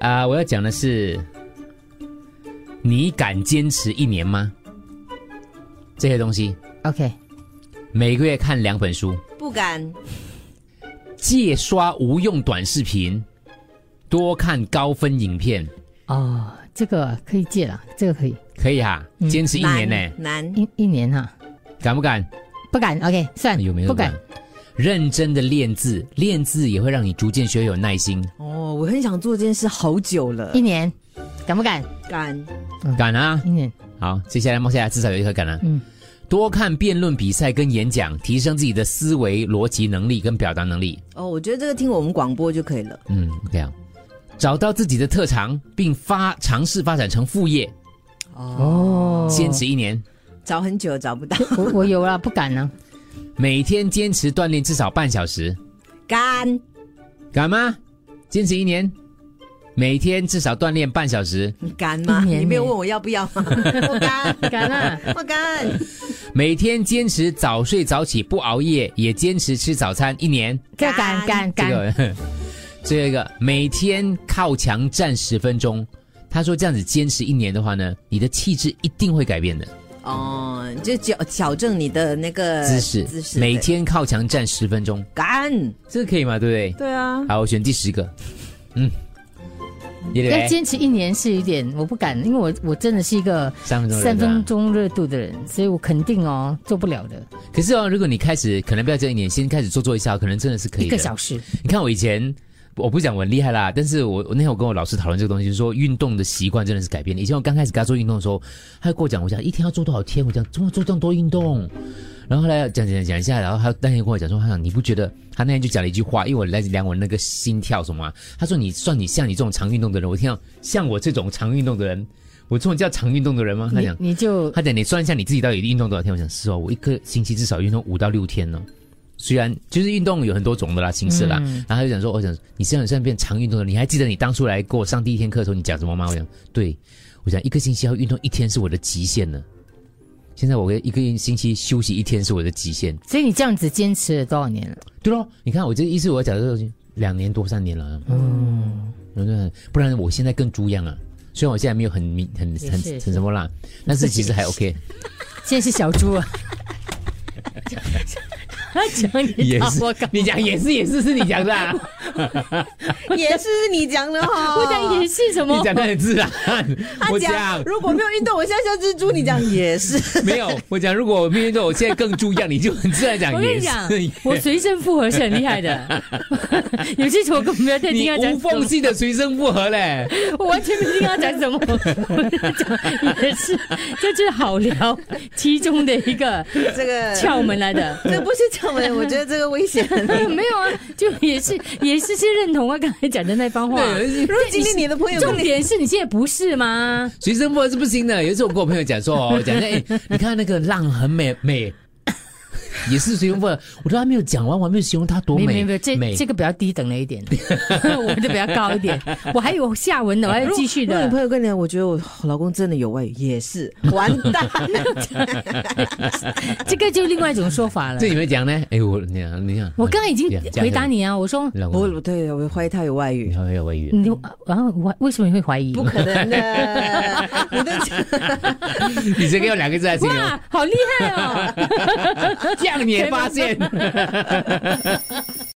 啊、我要讲的是，你敢坚持一年吗？这些东西， OK，每个月看两本书，不敢，戒刷无用短视频，多看高分影片，哦，这个可以戒了，这个可以可以哈、嗯坚持一年呢、难，难，一一年哈，敢不敢？不敢 OK 算有没有哎不敢？认真的练字，练字也会让你逐渐学有耐心。哦，我很想做这件事好久了一，年，敢不敢？敢，敢啊！一年，好，接下来猫下来至少有一颗敢啊。嗯，多看辩论比赛跟演讲，提升自己的思维、逻辑能力跟表达能力。哦，我觉得这个听我们广播就可以了，嗯，这样找到自己的特长，并发尝试发展成副业，哦，坚持一年，找很久找不到， 我我有了，不敢啊了，每天坚持锻炼至少半小时，敢，敢吗？坚持一年，每天至少锻炼半小时，你敢吗？一年呢你没有问我要不要 吗？我敢，敢啊！我敢，每天坚持早睡早起，不熬夜，也坚持吃早餐一年。这个敢敢这敢，个， 这个每天靠墙站十分钟。他说这样子坚持一年的话呢，你的气质一定会改变的。哦，就矫矫正你的那个姿势，呃姿势，每对天靠墙站十分钟，敢，这个可以吗？对不对？对啊，好，我选第十个。嗯，也要得坚持一年是有点，我不敢，因为我我真的是一个三分钟热度啊。三分钟热度的人，所以我肯定哦做不了的，可是哦，如果你开始，可能不要这一年，先开始做做一下，可能真的是可以的。一个小时， 你看我以前，我不讲我很厉害啦，但是我我那天我跟我老师讨论这个东西，就是说运动的习惯真的是改变了。以前我刚开始跟他做运动的时候，他就跟我讲，我讲一天要做多少天，我讲怎么做这么多运动。然后后来讲讲讲一下，然后他那天跟我讲说，他讲你不觉得？他那天就讲了一句话，因为我来量我那个心跳什么、啊，他说你算你像你这种常运动的人，我听到像我这种常运动的人，我这种叫常运动的人吗？他你讲你就他讲你算一下你自己到底运动多少天？我想是哦，我一个星期至少运动五到六天呢、虽然就是运动有很多种的啦，形式啦，嗯然后他就讲说，我想你现在算变常运动的，你还记得你当初来给我上第一天课的时候你讲什么吗？我讲对，我想一个星期要运动一天是我的极限了。现在我一个星期休息一天是我的极限。所以你这样子坚持了多少年了？对咯，你看我这意思，我要讲的是两年多三年了。嗯，对不对？不然我现在更猪样啊。虽然我现在没有很明很也很是也很是什么啦，但是其实 还 OK，现在是小猪 啊。讲你也打是我干嘛你讲也是也是是你讲的、啊。也是你讲的 哈，我讲也是什么？你讲的很自然，他我讲讲如果没有运动，我现在像蜘蛛，你讲也是，没有，我讲如果我命运中我现在更猪一样，你就很自然讲我跟也你是讲，我随身附和是很厉害 的。有些时候我根本没有在听你他无讲什缝么，隙的随声附和嘞，我完全没听他讲什么。我在讲也是，这就是好聊其中的一个这个窍门来的。这不是 窍门，我觉得这个危险。没有啊，就也是也是是认同我刚才讲的那番话。对如果今天你的朋友重跟你点是你现在不是吗？随声附和是不行的。有一次我跟我朋友讲 说，哦，我讲哎、你看那个浪很美美，也是随声附和，我都还没有讲完，我还没有形容它多没美，没没有，这美这个比较低等了一点， 我的比较高一点，我还有下文的，我还有继续 如果的你。朋友跟你讲，我觉得我老公真的有外遇，也 是完蛋。 这个就另外一种说法了这。你们讲呢？哎、我你看你看，我刚才已经回答你，你啊，我嗯说老公，我对我怀疑他有外你遇，还没有外遇？你然后我为什么你会怀疑？不可能的。 你都讲你这个有两个字在形啊容，哇，好厉害哦！这样你也发现。